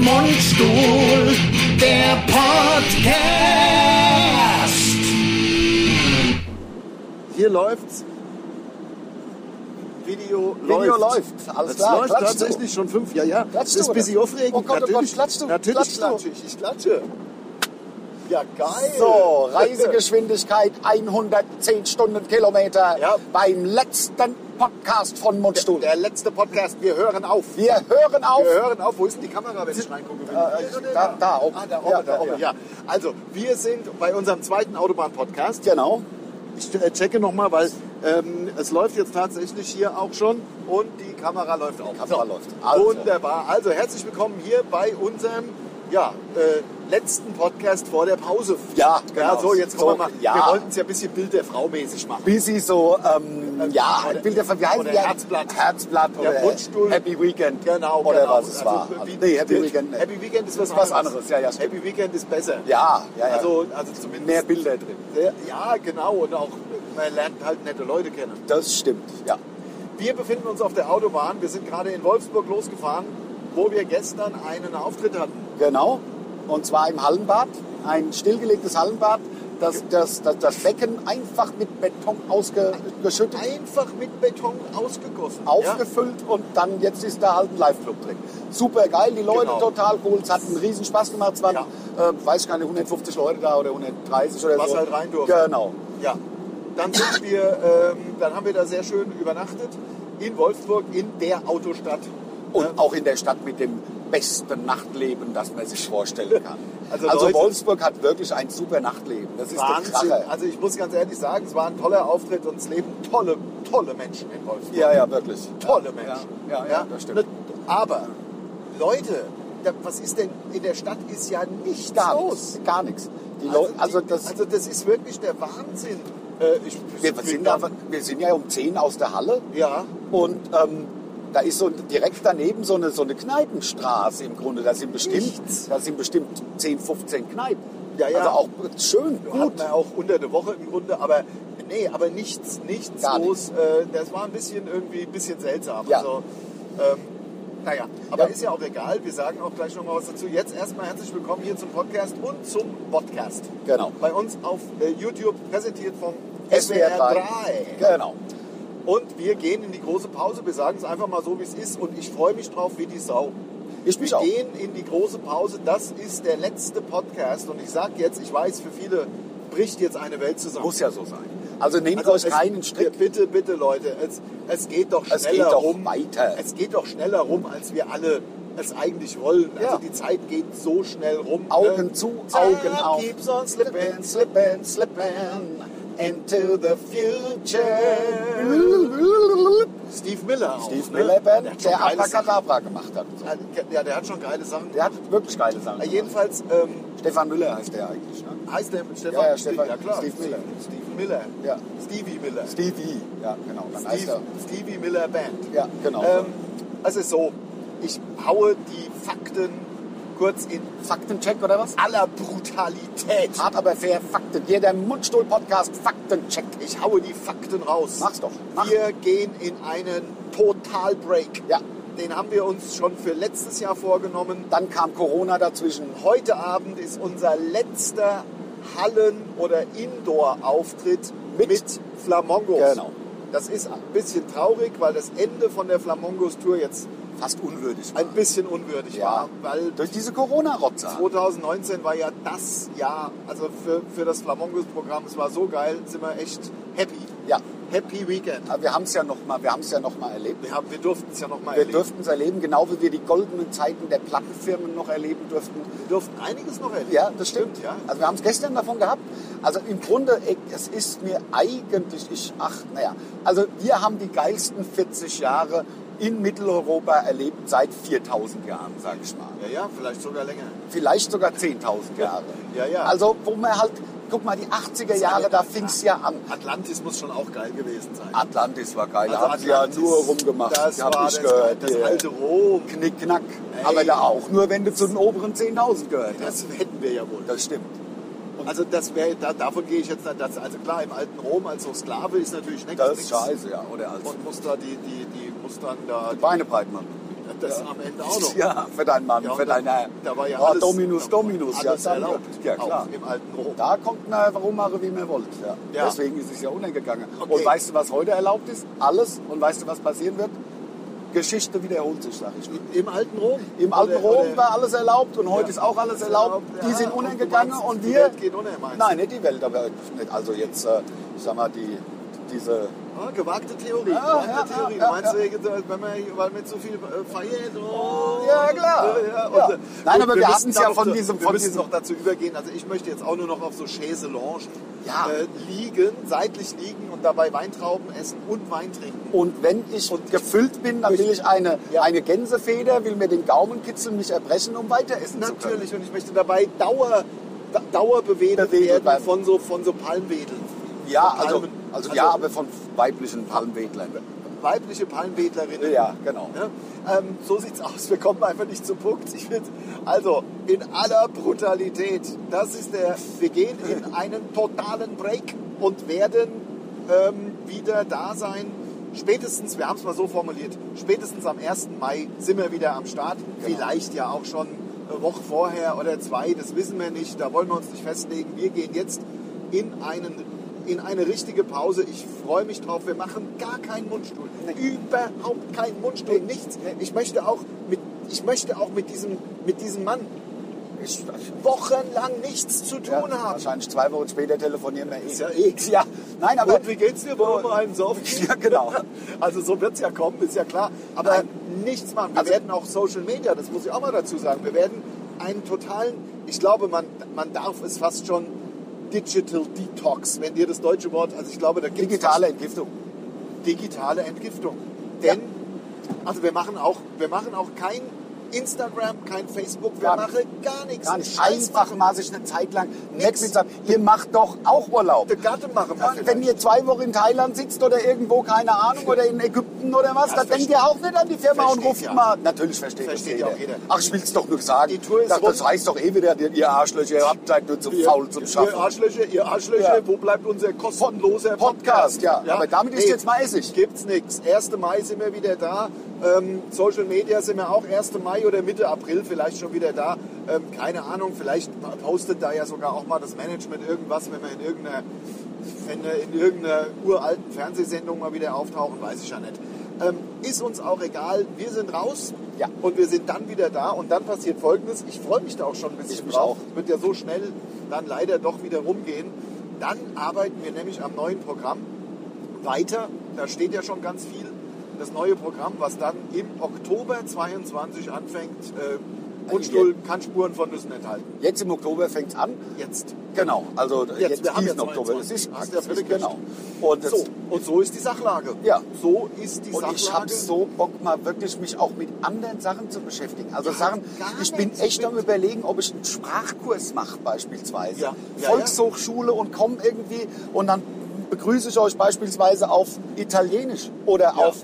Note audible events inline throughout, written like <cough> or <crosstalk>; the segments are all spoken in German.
Mundstuhl, der Podcast. Hier läuft's. Video, Video läuft. läuft. das Alles klar, läuft klatschst du? tatsächlich schon fünf. Ja, ja. Klatschst das ist du, ein bisschen oder? aufregend. Oh Gott, oh Gott, natürlich. klatschst du? Natürlich Klatsch, klatsch klatsch ich. Ich klatsche. Ja, geil. So, Reisegeschwindigkeit 110 Stundenkilometer Ja. beim letzten Podcast von Mundstuhl. Der letzte Podcast. Wir hören auf. Wir hören auf. Wir hören auf. Wo ist denn die Kamera, wenn ich reingucke? Äh, da- da oben. Ah, da oben, da Ja, da oben. oben. Ja. Also, wir sind bei unserem zweiten Autobahn-Podcast. Genau. Ich äh, checke nochmal, weil ähm, es läuft jetzt tatsächlich hier auch schon und die Kamera läuft auch. Die Kamera läuft. Also. Wunderbar. Also herzlich willkommen hier bei unserem ja, äh, letzten Podcast vor der Pause. Ja, Ja, genau. so, jetzt kommen wir mal. Ja. Wir wollten es ja ein bisschen Bild der Frau mäßig machen. Wie sie so, ähm, ja, Oder- Bilder von, wie heißt oder die? Herzblatt. Herzblatt Ja, oder Mundstuhl. Happy Weekend. Genau, Oder genau. was es war. wie- nee, Happy Bild- Weekend. nicht. Happy Weekend ist was, Was anderes, ja, ja, stimmt. Happy Weekend ist besser. Ja, ja, ja. Also, also zumindest. mehr Bilder drin. Sehr- Ja, genau. Und auch, man lernt halt nette Leute kennen. Das stimmt, ja. Wir befinden uns auf der Autobahn. Wir sind gerade in Wolfsburg losgefahren, wo wir gestern einen Auftritt hatten. Genau. Und zwar im Hallenbad. Ein stillgelegtes Hallenbad. Das, das, das, das Becken einfach mit Beton ausgeschüttet. Einfach mit Beton ausgegossen. aufgefüllt und dann jetzt ist da halt ein Live-Club drin. Super geil, die Leute Genau. total cool, es hat einen riesen Spaß gemacht, es waren, äh, weiß ich gar nicht, 150 Leute da oder 130 oder Was so. halt rein durfte. Genau. Ja. ja. Dann sind wir, ähm, dann haben wir da sehr schön übernachtet in Wolfsburg in der Autostadt. Ähm, Und Ja. auch in der Stadt mit dem besten Nachtleben, das man <laughs> sich vorstellen kann. Also Also, Leute- Wolfsburg hat wirklich ein super Nachtleben. Das ist der Wahnsinn. Kracher. Also ich muss ganz ehrlich sagen, es war ein toller Auftritt und es leben tolle, tolle Menschen in Wolfsburg. ja, ja, wirklich. Tolle Menschen. Ja, ja, ja, das stimmt. Ne- Aber Leute, da, was ist denn in der Stadt ist ja nichts Gar los. nichts. Gar nichts. Die Leu- also, die- das, also das ist wirklich der Wahnsinn. Äh, ich, wir, sind da, wir sind ja um 10 aus der Halle. Ja, Und ähm, da ist so direkt daneben so eine, so eine Kneipenstraße im Grunde. Da sind bestimmt, Nichts. da sind bestimmt 10, 15 Kneipen. Ja, ja. Also auch schön, gut. gut. Man auch unter der Woche im Grunde, aber nee, aber nichts, nichts Gar los. Äh, das war ein bisschen irgendwie ein bisschen seltsam. Ja. Also, ähm, naja, aber Ja. ist ja auch egal. Wir sagen auch gleich nochmal was dazu. Jetzt erstmal herzlich willkommen hier zum Podcast und zum Podcast. Genau. Bei uns auf äh, YouTube präsentiert vom SWR SWR 3. 3. Genau. Und wir gehen in die große Pause. Wir sagen es einfach mal so, wie es ist. Und ich freue mich drauf wie die Sau. Ich mich wir auch. gehen in die große Pause. Das ist der letzte Podcast. Und ich sage jetzt, ich weiß, für viele bricht jetzt eine Welt zusammen. Muss ja so sein. Also nehmt Also euch es- keinen Strick. Bitte, bitte, Leute. Es, es geht doch schneller Es geht doch rum. weiter. Es geht doch schneller rum, als wir alle es eigentlich wollen. Ja. Also die Zeit geht so schnell rum. Augen ne? zu, Zeit Augen auf. keeps on slipping, slipping, slipping into the future. Steve Miller. auch, Steve ne? Miller Band, Der hat schon der geile Sachen. Abracadabra gemacht hat. Ja, der hat schon geile Sachen. Ah, Der hat wirklich geile Sachen. gemacht. Jedenfalls ähm, Stefan Müller heißt der eigentlich. Ne? heißt der mit Stefan Ja, ja, Steve- Stefan- ja, klar. Steve Miller. Steve Miller. Ja. Stevie Miller. Stevie. Ja, genau. Dann heißt Steve, er. Stevie Miller Band. Ja, genau. Ähm, es ist so, ich haue die Fakten kurz in Faktencheck oder was? aller Brutalität. Hart aber fair Fakten. Hier der Mundstuhl-Podcast Faktencheck. Ich haue die Fakten raus. Mach's doch. Mach. Wir gehen in einen Totalbreak. Ja. Den haben wir uns schon für letztes Jahr vorgenommen. Dann kam Corona dazwischen. Heute Abend ist unser letzter Hallen- oder Indoor-Auftritt mit, Mit- Flamongos. Genau. Das ist ein bisschen traurig, weil das Ende von der Flamongos-Tour jetzt Fast unwürdig. ein bisschen unwürdig Ja. war, weil Durch diese Corona-Rotze. 2019 war ja das Jahr, also für, für das Flamongos-Programm, es war so geil, sind wir echt happy. Ja. Happy Weekend. Aber wir haben es ja nochmal ja noch mal erlebt. Wir, haben- wir durften es ja nochmal Wir erleben. durften es erleben, genau wie wir die goldenen Zeiten der Plattenfirmen noch erleben durften. wir durften einiges noch erleben. Ja, das stimmt. ja. Also wir haben es gestern davon gehabt. Also im Grunde, ich- es ist mir eigentlich, ich, ach, naja. Also wir haben die geilsten 40 Jahre in Mitteleuropa erlebt seit 4000 Jahren, sag ich mal. ja, ja, vielleicht sogar länger. Vielleicht sogar 10.000 Jahre. <laughs> Ja, ja. Also wo man halt, guck mal, die 80er Jahre, da fing es ja an. Atlantis muss schon auch geil gewesen sein. Atlantis war geil, da haben sie ja Also Atlantis, nur rumgemacht. Das hab war ich das, gehört. das hier. alte Rom. Knickknack. Ey. Aber da auch nur, wenn du zu den oberen 10.000 gehört hast. Das hätten wir ja wohl. Das stimmt. also das wäre, da, davon gehe ich jetzt nicht. Das, also klar, im alten Rom als so Sklave ist natürlich nichts. Das ist nichts. scheiße, ja. Oder als Und muss da die, die, die muss dann da Die Beine breit machen. die, das am Ende auch noch. Ja, für deinen Mann, Ja, und für da- deine. da war ja Ah, alles- Dominus, da war Dominus, ja, alles danke. erlaubt, Ja, auch klar. im alten Rom. Da kommt man einfach rummachen, wie man wollt. Ja. Ja. Deswegen ist es ja unangegangen. Okay. Und weißt du, was heute erlaubt ist? Alles. Und weißt du, was passieren wird? Geschichte wiederholt sich, sag ich mal. Im alten Rom? Im alten Oder- Rom oder- war alles erlaubt und heute Ja. ist auch Alles alles erlaubt. erlaubt, Die ja. sind Und du unangegangen meinst, und die wir. Welt geht unter, meinst du? Nein, nicht die Welt, aber nicht. Also jetzt, äh, ich sag mal, die, diese. Ah, gewagte Theorie. Ja, gewagte ja, Theorie. ja, Meinst ja. du, wenn man, weil man zu viel äh, feiert? Oh, Ja, klar. ja, und, Ja. äh, Nein, gut, aber wir müssen hatten's da ja noch von zu- diesem- Wir von müssen diesem- noch dazu übergehen. Also ich möchte jetzt auch nur noch auf so Chaiselange Ja. äh, liegen, seitlich liegen und dabei Weintrauben essen und Wein trinken. Und wenn ich gefüllt bin, dann will ich eine, Ja. eine Gänsefeder, will mir den Gaumen kitzeln, mich erbrechen, um weiter essen zu können. Natürlich. Und ich möchte dabei Dauer, da, dauerbewedet Bewedet werden bleiben. von so, von so Palmwedeln. Ja, Von also, Palmen. also ja, aber von weiblichen Palmwedlern. weibliche Palmwedlerinnen. Ja, genau. Ne? Ähm, so sieht's aus. Wir kommen einfach nicht zum Punkt. Ich will, also in aller Brutalität. Das ist der. Wir gehen in einen totalen Break und werden ähm, wieder da sein. Spätestens, wir haben es mal so formuliert, spätestens am 1. Mai sind wir wieder am Start. Vielleicht ja auch schon eine Woche vorher oder zwei, das wissen wir nicht, da wollen wir uns nicht festlegen. Wir gehen jetzt in, einen, in eine richtige Pause. Ich freue mich drauf. Wir machen gar keinen Mundstuhl. Überhaupt keinen Mundstuhl, nichts. Ich möchte auch mit, ich möchte auch mit, diesem, mit diesem Mann Ich, wochenlang nichts zu tun ja, haben. wahrscheinlich zwei Wochen später telefonieren wir eh. Ist ja eh. Ja, nein, aber Und wie geht's dir? Wollen wir einen <laughs> saufen? Ja, genau. Also so wird's ja kommen, ist ja klar. Aber Nein. nichts machen. Wir Also- werden auch Social Media, das muss ich auch mal dazu sagen, wir werden einen totalen, ich glaube, man, man darf es fast schon Digital Detox, wenn dir das deutsche Wort, also ich glaube, da gibt's digitale Entgiftung. digitale Entgiftung. Denn, also wir machen auch, wir machen auch kein Instagram, kein Facebook, wir Gar machen gar nichts. Gar nicht. Scheiß Einfach machen. mal sich eine Zeit lang Nix. nix mit sagen, ihr macht doch auch Urlaub. Den Garten machen wir Ja, vielleicht. Wenn ihr zwei Wochen in Thailand sitzt oder irgendwo, keine Ahnung, oder in Ägypten oder was, Ja, dann das denkt ihr auch nicht an die Firma und versteht ruft ja. mal. Natürlich versteht, Versteht das ja auch jeder. Ach, ich will's doch nur sagen. Die Tour ist das, das rum. heißt doch eh wieder, ihr Arschlöcher, ihr habt seid nur zu faul zum Schaffen. Ihr Arschlöcher, ihr Arschlöcher, Ja. wo bleibt unser kostenloser Podcast, Podcast? ja. Aber damit ist jetzt mal Essig. Gibt's nichts. 1. Mai sind wir wieder da. Ähm, Social Media sind wir auch 1. Mai oder Mitte April vielleicht schon wieder da. Ähm, keine Ahnung, vielleicht postet da ja sogar auch mal das Management irgendwas, wenn wir in irgendeiner, wenn wir in irgendeiner uralten Fernsehsendung mal wieder auftauchen, weiß ich ja nicht. Ähm, ist uns auch egal. Wir sind raus. Ja. Und wir sind dann wieder da und dann passiert Folgendes. Ich freue mich da auch schon ein bisschen Ich mich drauf. auch. Wird ja so schnell dann leider doch wieder rumgehen. Dann arbeiten wir nämlich am neuen Programm weiter. Da steht ja schon ganz viel. Das neue Programm, was dann im Oktober 22 anfängt. Äh, Mundstuhl kann Spuren von Nüssen enthalten. Jetzt im Oktober fängt's an. Jetzt. Genau, also jetzt, wir haben diesen ja Oktober. 22. Das ist, Hast ja das völlig ist genau. Und, das, So, und so ist die Sachlage. Ja. So ist die und Sachlage. ich habe so Bock, mal wirklich mich auch mit anderen Sachen zu beschäftigen. Also Ja, Sachen, gar ich bin nichts echt am mit- überlegen, ob ich einen Sprachkurs mache beispielsweise. Ja, ja, Volkshochschule und komme irgendwie und dann begrüße ich euch beispielsweise auf Italienisch oder auf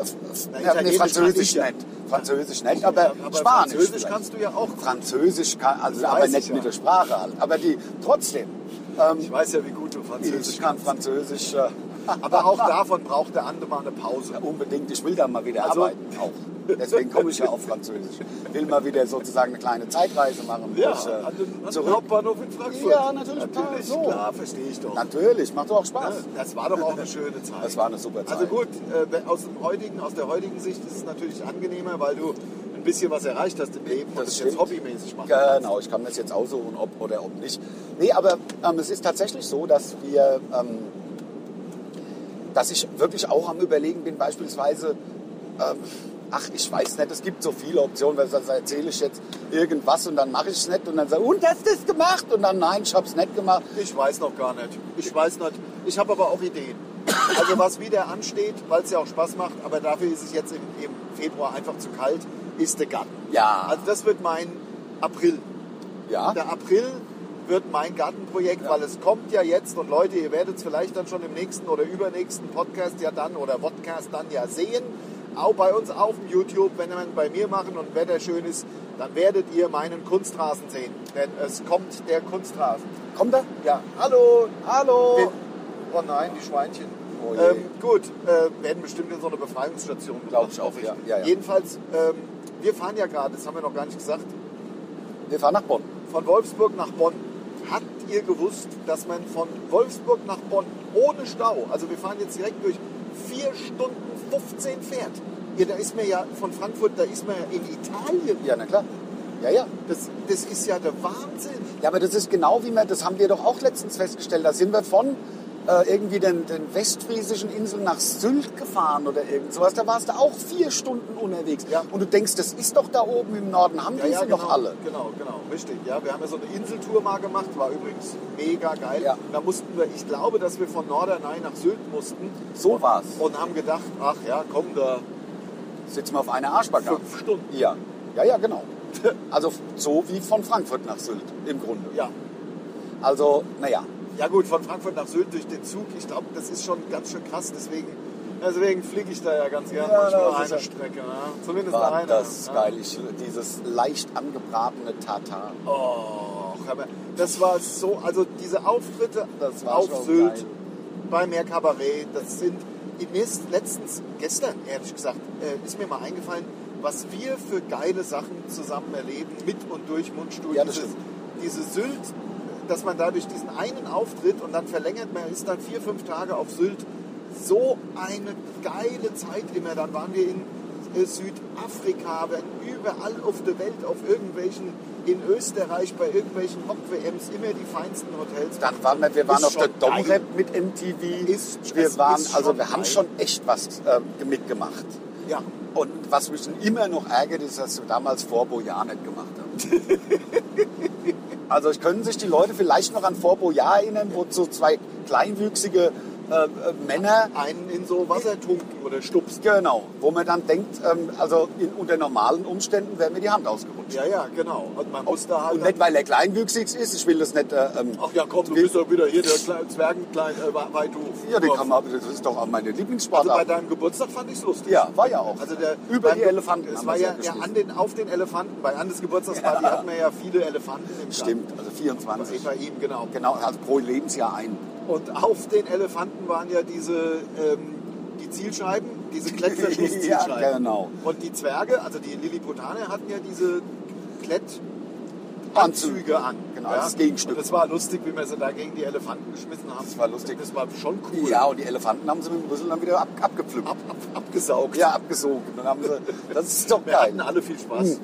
auf- Na, nee, Italienisch Französisch kann ich ja. nicht. Französisch nicht, aber, Ja, aber Spanisch. Französisch vielleicht. kannst du ja auch. Französisch kann, also Das aber weiß nicht ich ja. mit der Sprache halt. Aber die trotzdem. Ähm, Ich weiß ja, wie gut du Französisch ich kann Französisch. Äh, Aber auch <laughs> davon braucht der andere mal eine Pause. Ja, um unbedingt. Ich will da mal wieder Also- arbeiten. Auch. Deswegen komme ich ja auf Französisch. Will mal wieder sozusagen eine kleine Zeitreise machen. wo Ja, ich, äh, an den, an den zurück. Hauptbahnhof in Frankfurt. Ja, natürlich, klar, natürlich so. klar, verstehe ich doch. Natürlich, macht doch auch Spaß. Das war doch auch eine schöne Zeit. Das war eine super Zeit. Also gut, äh, wenn- aus, dem heutigen, aus der heutigen Sicht ist es natürlich angenehmer, weil du ein bisschen was erreicht hast im Leben und Das es jetzt stimmt. hobbymäßig machen Genau, ich kann das jetzt aussuchen, ob oder ob nicht. Nee, aber ähm, es ist tatsächlich so, dass wir, ähm, dass ich wirklich auch am Überlegen bin, beispielsweise, ähm, ach, ich weiß nicht, es gibt so viele Optionen, weil sonst erzähle ich jetzt irgendwas und dann mache ich es nicht und dann sage und hast du es gemacht? Und dann, nein, ich habe es nicht gemacht. Ich weiß noch gar nicht. Ich weiß nicht. Ich habe aber auch Ideen. Also was wieder ansteht, weil es ja auch Spaß macht, aber dafür ist es jetzt im, im Februar einfach zu kalt, ist der Garten. Ja. Also das wird mein April. Ja, Der April wird mein Gartenprojekt, weil es kommt ja jetzt und Leute, ihr werdet es vielleicht dann schon im nächsten oder übernächsten Podcast ja dann oder Podcast dann ja sehen. Auch bei uns auf dem YouTube, wenn man bei mir machen und Wetter schön ist, dann werdet ihr meinen Kunstrasen sehen. Denn es kommt der Kunstrasen. kommt er? Ja, hallo, Hallo! Oh nein, die Schweinchen. Oh je. ähm, gut, äh, werden bestimmt in so eine Befreiungsstation mit Glaub ich auch, hoffe ja, ja, ja. Jedenfalls, ähm, wir fahren ja gerade, das haben wir noch gar nicht gesagt, Wir fahren nach Bonn. von Wolfsburg nach Bonn. Habt ihr gewusst, dass man von Wolfsburg nach Bonn ohne Stau, also wir fahren jetzt direkt durch, 4 Stunden 15 fährt? Ja, da ist man ja von Frankfurt, da ist man ja in Italien. Ja, na klar. Ja, ja. Das, das ist ja der Wahnsinn. Ja, aber das ist genau wie wir, das haben wir doch auch letztens festgestellt. Da sind wir von äh, irgendwie den, den westfriesischen Inseln nach Sylt gefahren oder irgend sowas. Da warst du auch vier Stunden unterwegs. Ja. Und du denkst, das ist doch da oben im Norden, haben die sie genau, doch alle. Genau, genau, richtig. Ja, wir haben ja so eine Inseltour mal gemacht, war übrigens mega geil. Ja. Da mussten wir, ich glaube, dass wir von Norderney nach Sylt mussten So war's. und haben gedacht, ach ja, komm da Sitzen wir auf einer Arschbacke. fünf Stunden. Ja. Ja, ja, genau. <laughs> Also so wie von Frankfurt nach Sylt im Grunde. Ja. Also, naja. Ja gut, von Frankfurt nach Sylt durch den Zug, ich glaube, das ist schon ganz schön krass, deswegen, deswegen fliege ich da ja ganz gerne Ja, manchmal das ist eine ja- Strecke. Ja. Zumindest War eine. das ja. geil. Ich, dieses leicht angebratene Tatar. Oh, aber das war so, also diese Auftritte Das war auf schon Sylt geil. bei Mehr Kabarett, das sind im nächsten, letztens, gestern ehrlich gesagt, äh, ist mir mal eingefallen, was wir für geile Sachen zusammen erleben, mit und durch Mundstuhl. Ja, das Dieses- stimmt. diese Sylt, dass man dadurch diesen einen Auftritt und dann verlängert man, ist dann vier, fünf Tage auf Sylt. So eine geile Zeit immer. Dann waren wir in äh, Südafrika, wir waren überall auf der Welt, auf irgendwelchen, in Österreich, bei irgendwelchen Rock-WMs, immer die feinsten Hotels. Dann waren wir, wir waren Ist auf der schon Domrep geil. mit MTV. Ist- wir es waren, ist also schon wir haben geil. schon echt was ähm, mitgemacht. Ja, Und was mich dann immer noch ärgert, ist, dass wir damals Vorbojahr nicht gemacht haben. <laughs> also ich können sich die Leute vielleicht noch an Vorbojahr erinnern, wo so zwei kleinwüchsige äh, äh, Männer einen in so Wassertunken oder Stups. Genau, wo man dann denkt, ähm, also in, unter normalen Umständen wäre mir die Hand ausgerutscht. Ja, ja, genau. Und man muss da halt. Und nicht, weil er kleinwüchsig ist, ich will das nicht... Äh, ähm, Ach ja, komm, du will- bist doch wieder hier der Kle- Zwergenklein, äh, Weidhof. Ja, den kann man, das ist doch auch meine Also bei Lieblingssportart. deinem Geburtstag fand ich es lustig. Ja, war ja auch. Also der, Über beim die Ge- Elefanten Es haben war wir ja, sehr ja gespielt. an den, auf den Elefanten. Bei Andes Geburtstagsparty Ja. hatten wir ja viele Elefanten im Stimmt, also Garten. 24. Bei, bei ihm, genau. Genau, also pro Lebensjahr ein. Und auf den Elefanten waren ja diese ähm, die Zielscheiben, diese Klettverschlusszielscheiben. <laughs> Ja, genau. Und die Zwerge, also die Lilliputaner, hatten ja diese Klettanzüge an. Genau, ja. das Gegenstück. Und es war lustig, wie wir sie da gegen die Elefanten geschmissen haben. Das war lustig. Das war schon cool. Ja, und die Elefanten haben sie mit dem Rüssel dann wieder ab, abgepflückt. Ab, ab, abgesaugt. Ja, abgesogen. Dann haben sie, das ist doch Wir hatten geil. Mhm. alle viel Spaß.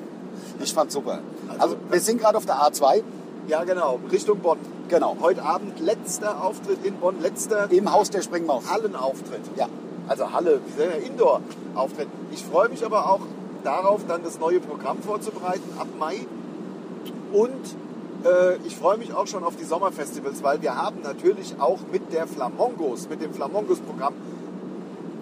Ich fand's super. Also- Also, wir sind gerade auf der A2, Ja, genau, Richtung Bonn. genau, Heute Abend letzter Auftritt in Bonn, letzter im Haus der Springmaus. Hallenauftritt. Ja, Also Halle, wir sind ja Indoor-Auftritt. Ich freue mich aber auch darauf, dann das neue Programm vorzubereiten ab Mai. Und äh, ich freue mich auch schon auf die Sommerfestivals, weil wir haben natürlich auch mit der Flamongos, mit dem Flamongos-Programm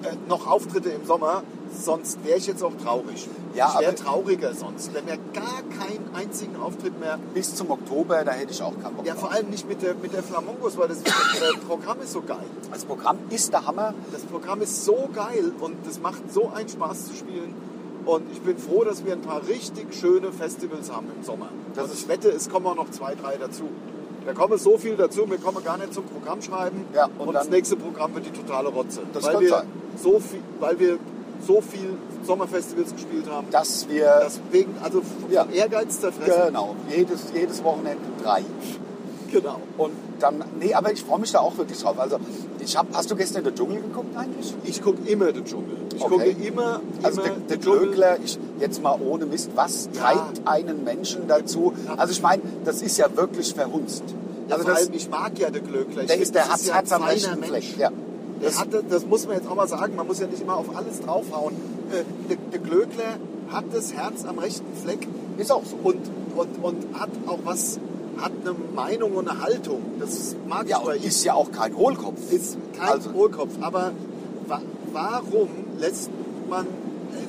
äh, noch Auftritte im Sommer. Sonst wäre ich jetzt auch traurig. Ja, ich wäre aber- trauriger sonst, wenn wir gar keinen einzigen Auftritt mehr bis zum Oktober, da hätte ich auch keinen Bock Ja, drauf. vor allem nicht mit der, mit der Flamongos, weil das, das Programm ist so geil. Das Also, Programm ist der Hammer. Das Programm ist so geil und es macht so einen Spaß zu spielen. Und ich bin froh, dass wir ein paar richtig schöne Festivals haben im Sommer. Das Das und ist- ich wette, es kommen auch noch zwei, drei dazu. Da komme so viel dazu, wir kommen gar nicht zum Programm schreiben. Ja, und und das dann- nächste Programm wird die totale Rotze. Das weil, kann wir sein. so viel, weil wir so viel Sommerfestivals gespielt haben. dass wir Deswegen, also vom Ja. Ehrgeiz zerfressen. genau jedes, jedes Wochenende drei. Genau. Und dann, nee, aber ich freue mich da auch wirklich drauf. Also ich habe, hast du gestern den Dschungel geguckt eigentlich? Ich gucke immer den Dschungel. Ich Okay. gucke immer, Also immer der, der den Dschungel. Dschungler, ich, jetzt mal ohne Mist, was Ja. treibt einen Menschen dazu? Also ich meine, das ist ja wirklich verhunzt. Ja, Also vor das, allem, ich mag ja den Glöckler. Ich der finde, ist der das Hatz, ja Hatz am ein feiner rechten Mensch. Fleck. Ja. Der Das, hatte, das muss man jetzt auch mal sagen, man muss ja nicht immer auf alles draufhauen. Äh, der, der Glöckler hat das Herz am rechten Fleck ist auch so. und, und, und hat auch was, hat eine Meinung und eine Haltung. Das mag Ja, ich bei und ihm. ist ja auch kein Hohlkopf. Ist kein Also- Hohlkopf. Aber wa warum lässt man,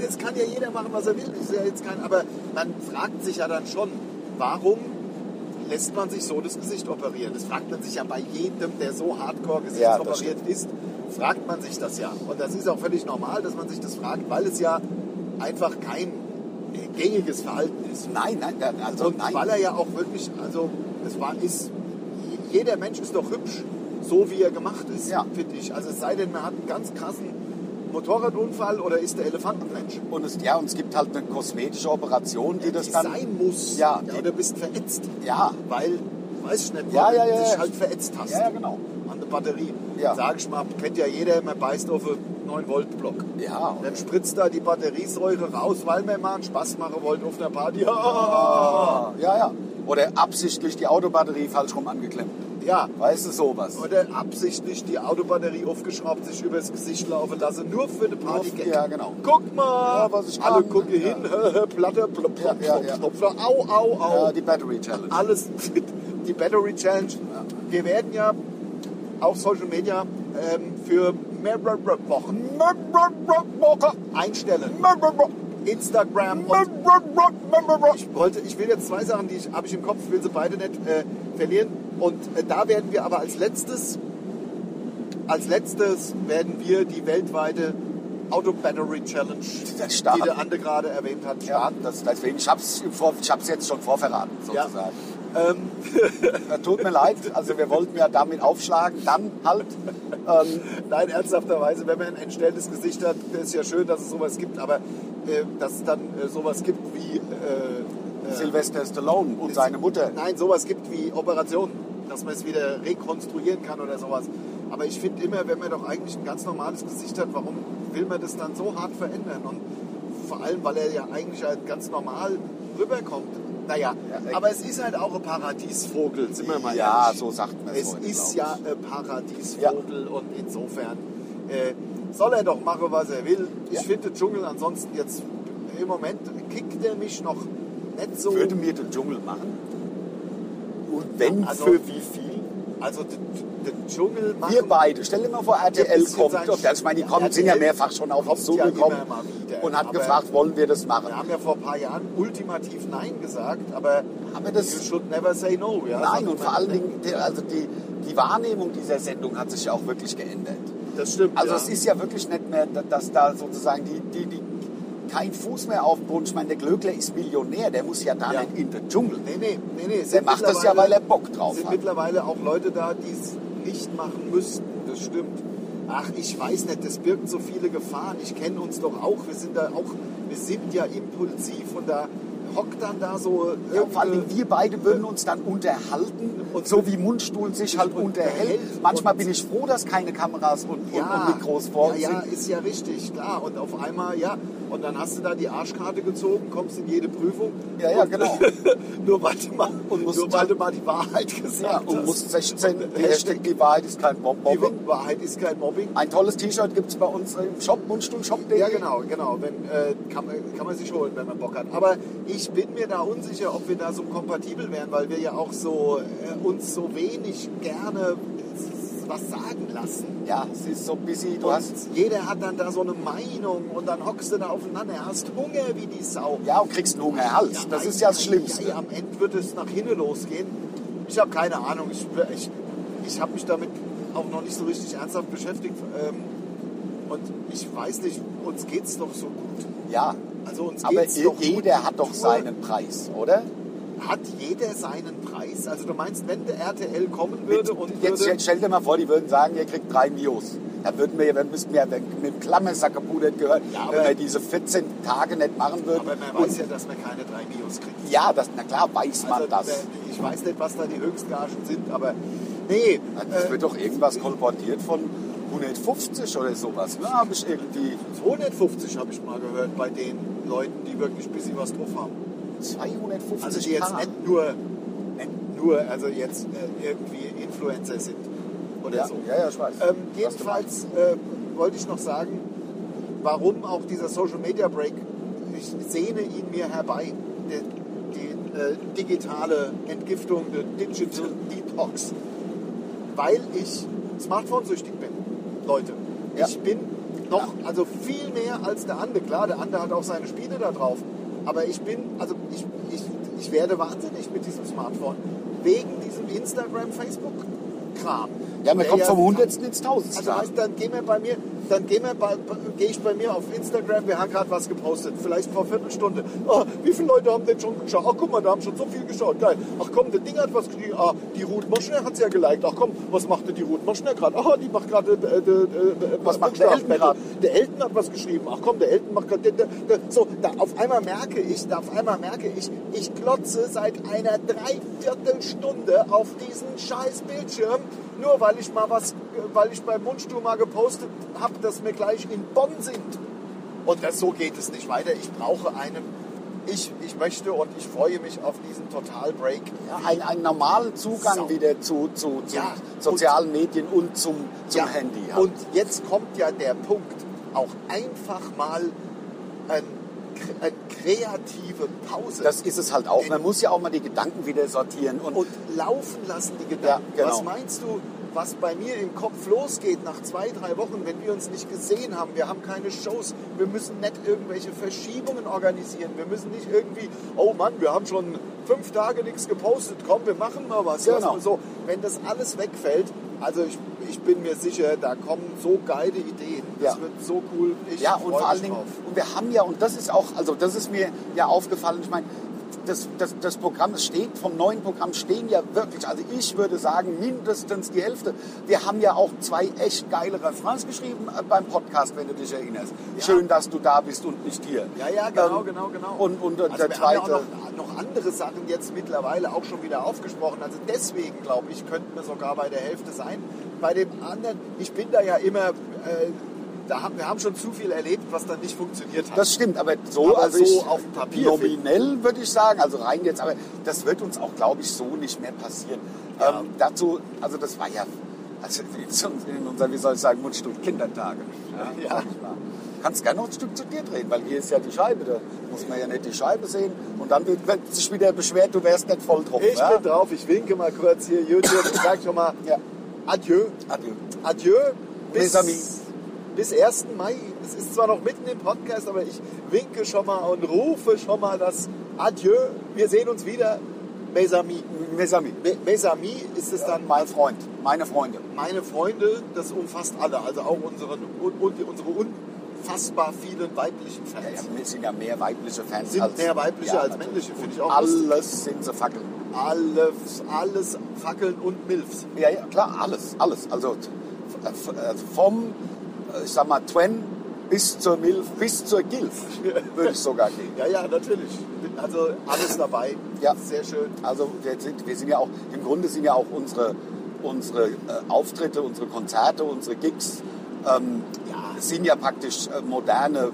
das kann ja jeder machen, was er will, das ist ja jetzt kein, aber man fragt sich ja dann schon, warum lässt man sich so das Gesicht operieren? Das fragt man sich ja bei jedem, der so hardcore gesichtsoperiert ist, fragt man sich das ja. Und das ist auch völlig normal, dass man sich das fragt, weil es ja einfach kein äh, gängiges Verhalten ist. Nein, nein, nein, also Und nein. weil er ja auch wirklich, also es war, ist, jeder Mensch ist doch hübsch. so wie er gemacht ist, Ja. finde ich. Also es sei denn, man hat einen ganz krassen Motorradunfall oder ist der Elefantenmensch. Und es, ja, und es gibt halt eine kosmetische Operation, die das Die dann. sein muss. Ja, ja die- oder bist verätzt. Ja, Weil, weiß ich nicht, Ja, weil ja, du ja, dich ja. halt verätzt hast ja, ja, genau. an der Batterie. Ja. Sag ich mal, kennt ja jeder, man beißt auf einen 9-Volt-Block. Ja, und- Dann spritzt da die Batteriesäure raus, weil man mal einen Spaß machen wollte auf einer Party. <laughs> ja, ja. Oder absichtlich die Autobatterie falsch rum angeklemmt. Ja, Weißt du, sowas. oder absichtlich die Autobatterie aufgeschraubt, sich übers Gesicht laufen lassen, nur für eine Party. Ja, genau. Guck mal, Ja, was ich alle kann. gucken Ja. hin, <laughs> Platte, plopp, Ja, plopp, ja, plopp, ja. plopp, plopp, au, au, au. Ja, die Battery Challenge. alles die Battery Challenge. Wir werden ja auf Social Media ähm, für mehrere Wochen einstellen. Instagram und ich wollte, ich will jetzt zwei Sachen, die ich habe ich im Kopf, will sie beide nicht äh, verlieren. Und äh, da werden wir aber als letztes, als letztes werden wir die weltweite Auto Battery Challenge, starten. die der Ande gerade erwähnt hat, Ja, starten. das, deswegen, ich hab's, im Vor, ich hab's jetzt schon vorverraten, Ja. sozusagen. Ähm, <laughs> Ja. Tut mir leid, also wir wollten ja damit aufschlagen, dann halt. Ähm, Nein, ernsthafterweise, wenn man ein entstelltes Gesicht hat, ist ja schön, dass es sowas gibt, aber äh, dass es dann äh, sowas gibt wie. Äh, äh, Sylvester Stallone und seine Mutter. Nein, sowas gibt wie Operationen, dass man es wieder rekonstruieren kann oder sowas. Aber ich finde immer, wenn man doch eigentlich ein ganz normales Gesicht hat, warum will man das dann so hart verändern? Und vor allem, weil er ja eigentlich halt ganz normal rüberkommt. Naja, Ja, äh, aber es ist halt auch ein Paradiesvogel, sind wir mal Ja, ehrlich. so sagt man Es heute, glaub ist ich. ja ein Paradiesvogel und insofern äh, soll er doch machen, was er will. Ich Ja. finde Dschungel ansonsten jetzt im Moment kickt er mich noch nicht so. Würde mir den Dschungel machen. Und wenn Also- für wie viel? Also d- d- der Dschungel machen Wir beide. Stell dir mal vor, Ja, ein RTL bisschen kommt. sein- Und, ich meine, die Ja, kommen, sind ja RTL mehrfach schon auf uns kommt ja zugekommen immer mal wieder. und hat Aber- gefragt, wollen wir das machen? Wir haben ja vor ein paar Jahren ultimativ Nein gesagt, aber Aber das- you should never say no. Ja, Nein, sagt und man. vor allen Dingen, die, also die, die Wahrnehmung dieser Sendung hat sich ja auch wirklich geändert. Das stimmt. Also ja. es ist ja wirklich nicht mehr, da- dass da sozusagen die, die, die kein Fuß mehr auf dem Boden. Ich meine, der Glöckler ist Millionär, der muss ja da Ja. nicht in den Dschungel. ne? Nee, nee, nee, nee. Der sind macht das ja, weil mittlerweile- er Bock drauf sind hat. mittlerweile auch Leute da, die es nicht machen müssten. Das stimmt. Ach, ich weiß nicht, das birgt so viele Gefahren. Ich kenne uns doch auch. Wir sind da auch, wir sind ja impulsiv und da hockt dann da so. Ja, vor allem irgendeine- wir beide würden uns dann unterhalten, äh, Und- so wie Mundstuhl sich halt und- unterhält. und- Manchmal bin ich froh, dass keine Kameras und, und, und Mikros vor uns ja, ja, sind. ist ja richtig, klar. Und auf einmal, ja, und dann hast du da die Arschkarte gezogen, kommst in jede Prüfung. <laughs> Ja, ja, und, genau. nur warte mal, Und musst- nur warte mal die Wahrheit gesagt Ja, und hast. muss 16, Und die Hashtag, Hashtag, die Wahrheit ist kein Bob die Mobbing. Wahrheit ist kein Mobbing. Ein tolles T-Shirt gibt es bei uns im Shop, Mundstuhlshop.de. Ja, genau, genau. Wenn, äh, kann, man- kann man sich holen, wenn man Bock hat. Aber ich bin mir da unsicher, ob wir da so kompatibel wären, weil wir ja auch so äh, uns so wenig gerne äh, was sagen lassen. Ja, es ist so busy, du Und hast... jeder hat dann da so eine Meinung und dann hockst du da aufeinander, hast Hunger wie die Sau. Ja, und kriegst einen Hungerhals. Ja, das ei, ist ja das ei, Schlimmste. ei, am Ende wird es nach hinten losgehen. Ich habe keine Ahnung. Ich, ich, ich habe mich damit auch noch nicht so richtig ernsthaft beschäftigt. Ähm, und ich weiß nicht, uns geht's doch so gut. Ja, Also uns aber geht's doch jeder gut. hat doch Nur seinen Preis, oder? Hat jeder seinen Preis? Also du meinst, wenn der RTL kommen Mit, würde und jetzt würde, jetzt stell dir mal vor, die würden sagen, ihr kriegt drei Mios. Dann würden wir, dann müssten wir mit dem Klammersack gepudert gehört, Ja, wenn aber- wir diese 14 Tage nicht machen würden. aber man Und- weiß ja, dass man keine drei Bios kriegt. ja, das, na klar weiß man Also, das. wer- Ich weiß nicht, was da die Höchstgagen sind, aber nee. Es äh, wird doch irgendwas kolportiert von 150 oder sowas. Ne? Habe ich irgendwie 250 habe ich mal gehört bei den Leuten, die wirklich ein bisschen was drauf haben. 250 Also die jetzt Paar. nicht nur, nicht nur also jetzt äh, irgendwie Influencer sind oder ja, so. ja, ja, ich Ähm, weiß. was du meinst. jedenfalls äh, wollte ich noch sagen, warum auch dieser Social Media Break, ich sehne ihn mir herbei, die, die äh, digitale Entgiftung, der Digital Detox, weil ich Smartphone-süchtig bin, Leute. Ja. Ich bin noch, also viel mehr als der Ande. Klar, der Ande hat auch seine Spiele da drauf, aber ich bin, also ich, ich, ich werde wahnsinnig mit diesem Smartphone, wegen diesem Instagram, Facebook-Kram. ja, man Der kommt vom ja- Hundertsten ins Tausendste. also heißt, Also dann gehen wir bei mir, dann gehe geh ich bei mir auf Instagram, wir haben gerade was gepostet, vielleicht vor einer Viertelstunde. Ah, wie viele Leute haben denn schon geschaut? Ach guck mal, da haben schon so viel geschaut, geil. Ach komm, der Ding hat was geschrieben. Ah, die Ruth Moschner hat es ja geliked. Ach komm, was macht denn die Ruth Moschner gerade? Ah, die macht gerade... Äh, äh, äh, Was macht der Elton Buchstabenbattle. grad? Der Elton hat was geschrieben. Ach komm, der Elton macht gerade... der- der- der- So, da auf einmal merke ich, da auf einmal merke ich, ich klotze seit einer Dreiviertelstunde auf diesen scheiß Bildschirm, nur weil ich mal was, weil ich beim Mundstuhl mal gepostet habe, dass wir gleich in Bonn sind. Und das, so geht es nicht weiter. Ich brauche einen... Ich, ich möchte und ich freue mich auf diesen Total-Break. Ja, ein, einen normalen Zugang Sau. wieder zu, zu, zu Ja, sozialen Medien und zum, zum Ja. Handy. Und jetzt kommt ja der Punkt, auch einfach mal ein, eine kreative Pause das ist es halt auch. Man muss ja auch mal die Gedanken wieder sortieren. Und, und laufen lassen die Gedanken. Ja, genau. Was meinst du, was bei mir im Kopf losgeht nach zwei, drei Wochen, wenn wir uns nicht gesehen haben? Wir haben keine Shows, wir müssen nicht irgendwelche Verschiebungen organisieren, wir müssen nicht irgendwie, oh Mann, wir haben schon fünf Tage nichts gepostet, komm, wir machen mal was. Genau. Lass mal So, wenn das alles wegfällt, also ich, ich bin mir sicher, da kommen so geile Ideen. Das Ja. wird so cool. Ich ja, und freu vor allen mich Dingen, drauf. und wir haben ja, und das ist auch, also das ist mir ja aufgefallen, ich meine, das, das, das Programm, es steht, vom neuen Programm stehen ja wirklich, also ich würde sagen, mindestens die Hälfte. Wir haben ja auch zwei echt geile Refrains geschrieben äh, beim Podcast, wenn du dich erinnerst. Ja. Schön, dass du da bist und nicht hier. Ja, ja, genau, Ähm, genau, genau. Und, und äh, also der wir zweite. haben ja auch noch, noch andere Sachen jetzt mittlerweile auch schon wieder aufgesprochen. Also deswegen, glaube ich, könnten wir sogar bei der Hälfte sein. Bei dem anderen, ich bin da ja immer, äh, da haben, wir haben schon zu viel erlebt, was dann nicht funktioniert hat. Das stimmt, aber so, Aber also so ich, auf dem Papier nominell würde ich sagen, also rein jetzt, aber das wird uns auch, glaube ich, so nicht mehr passieren. Ja. Ähm, dazu, also das war ja, also in, in unserer, wie soll ich sagen, Mundstück Kindertage. Ja. sag ich mal. Kannst gerne noch ein Stück zu dir drehen, weil hier ist ja die Scheibe, da muss man ja nicht die Scheibe sehen und dann wird wird sich wieder beschwert, du wärst nicht voll drauf. ich ja? bin drauf, ich winke mal kurz hier, YouTube, ich sag schon mal, Ja. adieu, Adieu. adieu, Mes amis. bis, bis 1. Mai. Es ist zwar noch mitten im Podcast, aber ich winke schon mal und rufe schon mal das Adieu, wir sehen uns wieder, mes amis. Mes amis. Me- Mes amis ist es dann Mein Freund, meine Freunde. meine Freunde, das umfasst alle, also auch unseren, un, un, unsere unfassbar vielen weiblichen Ja, Fans. ja, wir sind ja mehr weibliche Fans Sind als mehr weibliche ja, als natürlich. männliche, finde ich auch lustig. Alles sind sie Fackeln. Alles, alles Fackeln und Milfs. Ja, ja, klar, alles, alles. Also, f- f- also vom, äh, ich sag mal, Twen bis zur Milf, bis <laughs> zur Gilf würde ich sogar gehen. Ja, ja, natürlich. Also alles dabei. Ja. Sehr schön. Also wir sind, wir sind ja auch, im Grunde sind ja auch unsere, unsere äh, Auftritte, unsere Konzerte, unsere Gigs, ähm, Ja. sind ja praktisch äh, moderne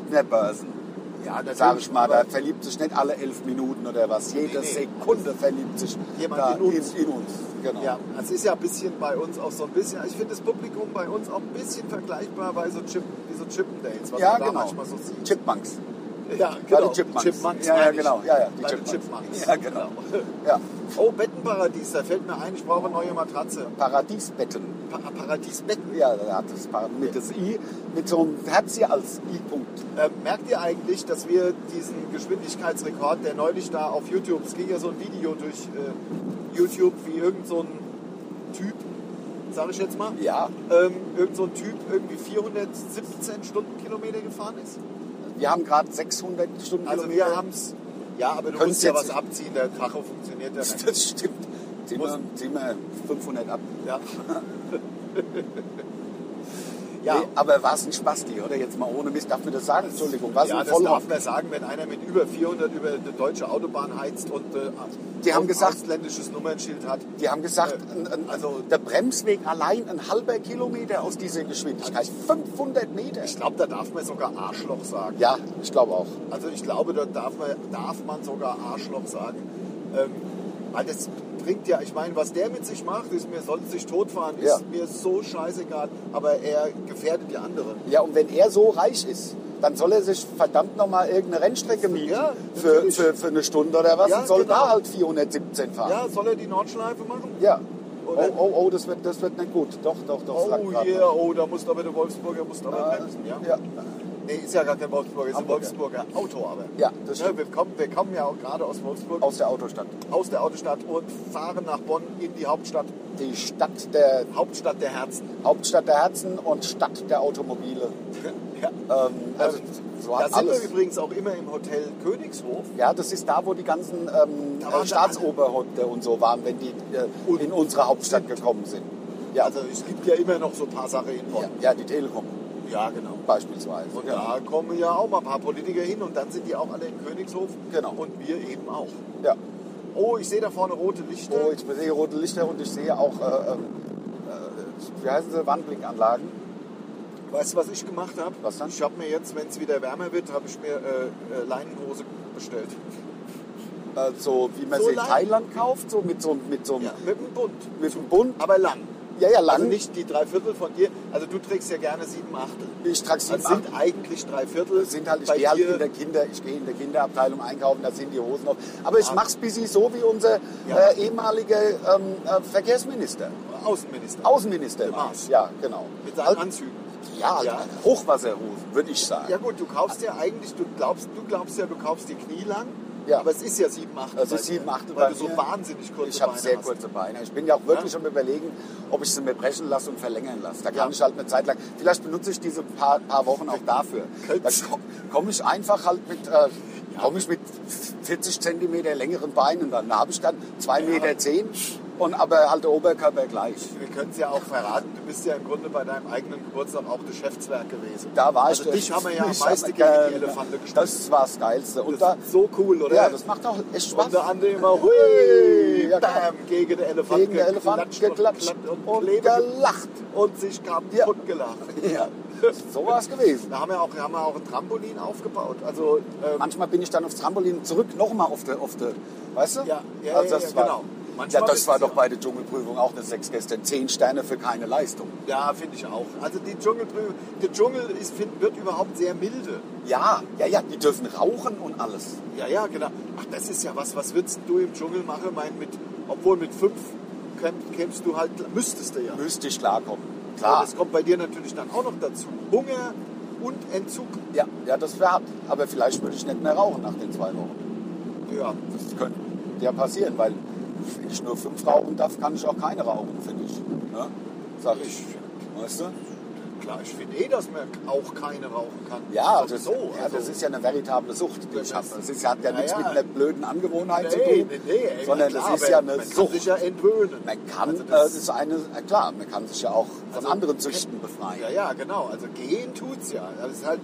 Partnerbörsen. Ja, natürlich, Sag ich mal, da aber- verliebt sich nicht alle elf Minuten oder was. Jede nee. Sekunde verliebt sich Jemand da in uns. In, in uns. Genau. Ja, es ist ja ein bisschen bei uns auch so ein bisschen, also ich finde das Publikum bei uns auch ein bisschen vergleichbar bei so Chip, wie so Chippendales, was Ja, man da genau. manchmal so sieht. Chipmunks. ja, Ja, genau. die Chipmunks. Chipmunks ja, ja, meine ich. genau. Ja, ja, die Bei den Chipmunks. Chipmunks. Ja, genau. Ja. Oh, Bettenparadies, da fällt mir ein, ich brauche eine neue Matratze. Paradiesbetten. Pa äh, Paradiesbetten. Ja, da hat das Par- mit das I, mit so einem Herz hier als I-Punkt. Äh, merkt ihr eigentlich, dass wir diesen Geschwindigkeitsrekord, der neulich da auf YouTube, es ging ja so ein Video durch äh, YouTube, wie irgend so ein Typ, sage ich jetzt mal, Ja, ähm, irgend so ein Typ irgendwie 417 Stundenkilometer gefahren ist? wir haben gerade 600 Stunden. Also wir haben es, ja, aber du Könnt's musst ja jetzt- was abziehen, der Tacho funktioniert ja nicht. <laughs> Das stimmt. Ziehen wir, ziehen wir 500 ab. Ja. <laughs> ja. Nee, aber war es ein Spasti, oder? Jetzt mal ohne Mist, darf man das sagen? Entschuldigung, war es ja, ein das Vollhoff? darf man sagen, wenn einer mit über 400 über die deutsche Autobahn heizt und äh, Die haben ein gesagt- ausländisches Nummernschild hat. Die haben gesagt, Äh, ein, ein, also also- der Bremsweg allein ein halber Kilometer aus dieser Geschwindigkeit. 500 Meter. Ich glaube, da darf man sogar Arschloch sagen. Ja, ich glaube auch. Also ich glaube, da darf man, darf man sogar Arschloch sagen. Ähm, weil das bringt ja, ich meine, was der mit sich macht, ist mir sonst sich totfahren, ist Ja. mir so scheißegal, aber er gefährdet ja andere. Ja, und wenn er so reich ist, dann soll er sich verdammt nochmal irgendeine Rennstrecke mieten. Ja, für, natürlich. für, für eine Stunde oder was. Ja, und soll da genau. halt 417 fahren. Ja, soll er die Nordschleife machen? Ja. Oh, Oder- oh, oh, das wird, das wird nicht gut. Doch, doch, doch. es lag Oh grad yeah, oh, da muss aber der Wolfsburger muss aber noch. bremsen, ja. ja. nee, ist ja gar kein Wolfsburger, ist ein Hamburger. Wolfsburger Autor, aber. Ja, das ne, stimmt. wir, kommen, wir kommen ja auch gerade aus Wolfsburg, Aus der Autostadt. aus der Autostadt und fahren nach Bonn in die Hauptstadt, Die Stadt der, Hauptstadt der Herzen. Hauptstadt der Herzen und Stadt der Automobile. ja. Ähm, also, Ähm, so da hat sind alles. wir übrigens auch immer im Hotel Königshof. Ja, das ist da, wo die ganzen ähm, Da waren äh, sie Staatsoberhäupter und so waren, wenn die äh, Und- in unsere Hauptstadt gekommen sind. Ja, Also es gibt ja immer noch so ein paar Sachen in ja, Bonn. ja die Telekom Ja, genau. beispielsweise. Und ja. da kommen ja auch mal ein paar Politiker hin und dann sind die auch alle im Königshof. Genau. Und wir eben auch. ja. Oh, ich sehe da vorne rote Lichter. Oh, ich sehe rote Lichter und ich sehe auch, äh, ähm, äh, wie heißen sie, Wandblinkanlagen. Weißt du, was ich gemacht habe? Was dann? Ich habe mir jetzt, wenn es wieder wärmer wird, habe ich mir äh, äh, Leinenhose bestellt. Äh, so wie man So sie in lang? Thailand kauft, so mit so, mit so einem Ja. Mit dem Bund. mit dem Bund. Aber lang. Ja, ja, lang. Also nicht die Dreiviertel von dir. Also du trägst ja gerne sieben Achtel. ich trage sie Das sind eigentlich Dreiviertel. sind halt, ich Bei gehe halt dir- in der Kinder, ich gehe in der Kinderabteilung einkaufen, da sind die Hosen noch. Aber ich Ja. mache es busy so wie unser Ah. Ja. äh, ehemaliger ähm, äh, Verkehrsminister, Außenminister. Außenminister. Der Maas. Ja, genau. mit seinen Halt- Anzügen. ja, Ah. Ja. Hochwasserhosen, würde ich sagen. Ja gut, du kaufst ja eigentlich, du glaubst, du glaubst ja, du kaufst die Knie lang, Ja. Also aber es ist ja 7, 8. Es ist 7, 8 Weil bei du so mir. wahnsinnig kurze Ich habe Beine sehr hast. kurze Beine. Ich bin ja auch wirklich Ja. am überlegen, ob ich sie mir brechen lasse und verlängern lasse. Da kann Ja. ich halt eine Zeit lang, vielleicht benutze ich diese paar, paar Wochen auch dafür. Da Könnt's. komme komm ich einfach halt mit, äh, komme ich mit 40 Zentimeter längeren Beinen dann. Da habe ich dann 2,10 Meter zehn und aber halt der Oberkörper gleich. Wir können es ja auch verraten, du bist ja im Grunde bei deinem eigenen Geburtstag auch Geschäftswerk gewesen. Da war also ich dich haben wir ja am ich meisten hab- gegen die äh, Elefante gespielt. Das war das Geilste. Und da, so cool, oder? ja, das macht auch echt Spaß. und der andere immer, hui, Ja, bam, gegen den Elefant Gegen den geklatscht Elefant geklatscht und, und und gelacht gelacht. und sich kaputt Ja. gelacht. <laughs> Ja, so war es gewesen. Da haben wir auch, haben wir auch ein Trampolin aufgebaut. Also ähm, Manchmal bin ich dann aufs Trampolin zurück, nochmal auf der, auf der, weißt du? Ja, ja, also ja, das ja, war, genau. Ja, Manchmal das ist war es doch ja. bei der Dschungelprüfung auch eine 6 gestern. 10 Sterne für keine Leistung. Ja, finde ich auch. Also die Dschungelprüfung, der Dschungel ist, find, wird überhaupt sehr milde. Ja, ja, ja, die dürfen rauchen und alles. Ja, ja, genau. Ach, das ist ja was, was würdest du im Dschungel machen? Mein, mit, obwohl mit fünf käm- kämst du halt, müsstest du ja. Müsste ich klarkommen. Aber Klar. das kommt bei dir natürlich dann auch noch dazu. Hunger und Entzug. Ja, ja, das wäre hart. Aber vielleicht würde ich nicht mehr rauchen nach den zwei Wochen. Ja, Das könnte ja passieren, weil wenn ich nur fünf rauchen darf, kann ich auch keine rauchen, finde ich. Ne? Sag ich. Weißt du? klar, ich finde eh, dass man auch keine rauchen kann. Ja, Ist doch also, ja, also- das ist ja eine veritable Sucht, die ich habe. Das ist, hat ja Ja, nichts ja. mit einer blöden Angewohnheit zu Nee, tun, nee, nee, ey, sondern klar, das ist aber ja eine man Man kann Sucht. sich ja entwöhnen. man kann, Also äh, das- das ist eine, äh, klar, man kann sich ja auch von Also- anderen Züchten befreien. Ja, ja, genau. Also gehen tut's ja. Das ist halt,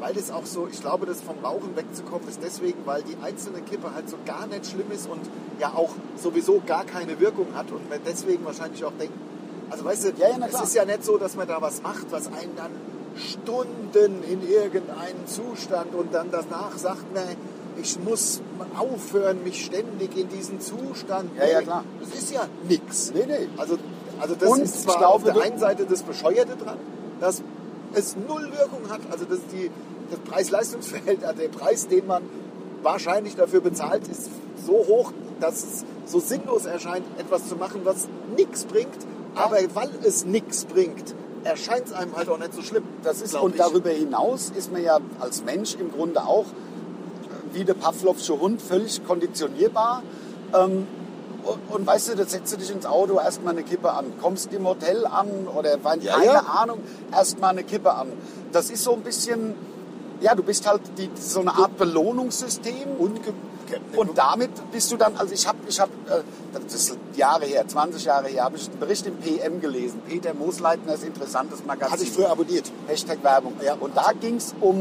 weil das auch so, ich glaube, das vom Rauchen wegzukommen ist deswegen, weil die einzelne Kippe halt so gar nicht schlimm ist und ja auch sowieso gar keine Wirkung hat und man deswegen wahrscheinlich auch denkt, also weißt du, Ja, ja, na es klar. ist ja nicht so, dass man da was macht, was einen dann Stunden in irgendeinen Zustand und dann danach sagt, nein, ich muss aufhören, mich ständig in diesen Zustand. Ja, ja, klar. Das ist ja nix. Nee, nee. Also, also das Und ist ich zwar glaube, auf der du- einen Seite das Bescheuerte dran, dass es null Wirkung hat. Also dass die, das Preis-Leistungs-Verhältnis, also der Preis, den man wahrscheinlich dafür bezahlt, ist so hoch, dass es so sinnlos erscheint, etwas zu machen, was nichts bringt. Aber weil es nichts bringt, erscheint es einem halt auch nicht so schlimm. Das ist, glaub und ich. darüber hinaus ist man ja als Mensch im Grunde auch äh, wie der Pavlovsche Hund völlig konditionierbar. Ähm, und, und weißt du, da setzt du dich ins Auto, erst mal eine Kippe an, kommst im Hotel an oder weil, Ja, keine ja. Ahnung, erst mal eine Kippe an. Das ist so ein bisschen, ja, du bist halt die, so eine Art Belohnungssystem. Unge Und damit bist du dann, also ich habe, ich hab, äh, das ist Jahre her, 20 Jahre her, habe ich einen Bericht im PM gelesen. Peter Moosleitner ist interessantes Magazin. hatte ich früher abonniert. Hashtag Werbung. Ja. Und da ging es um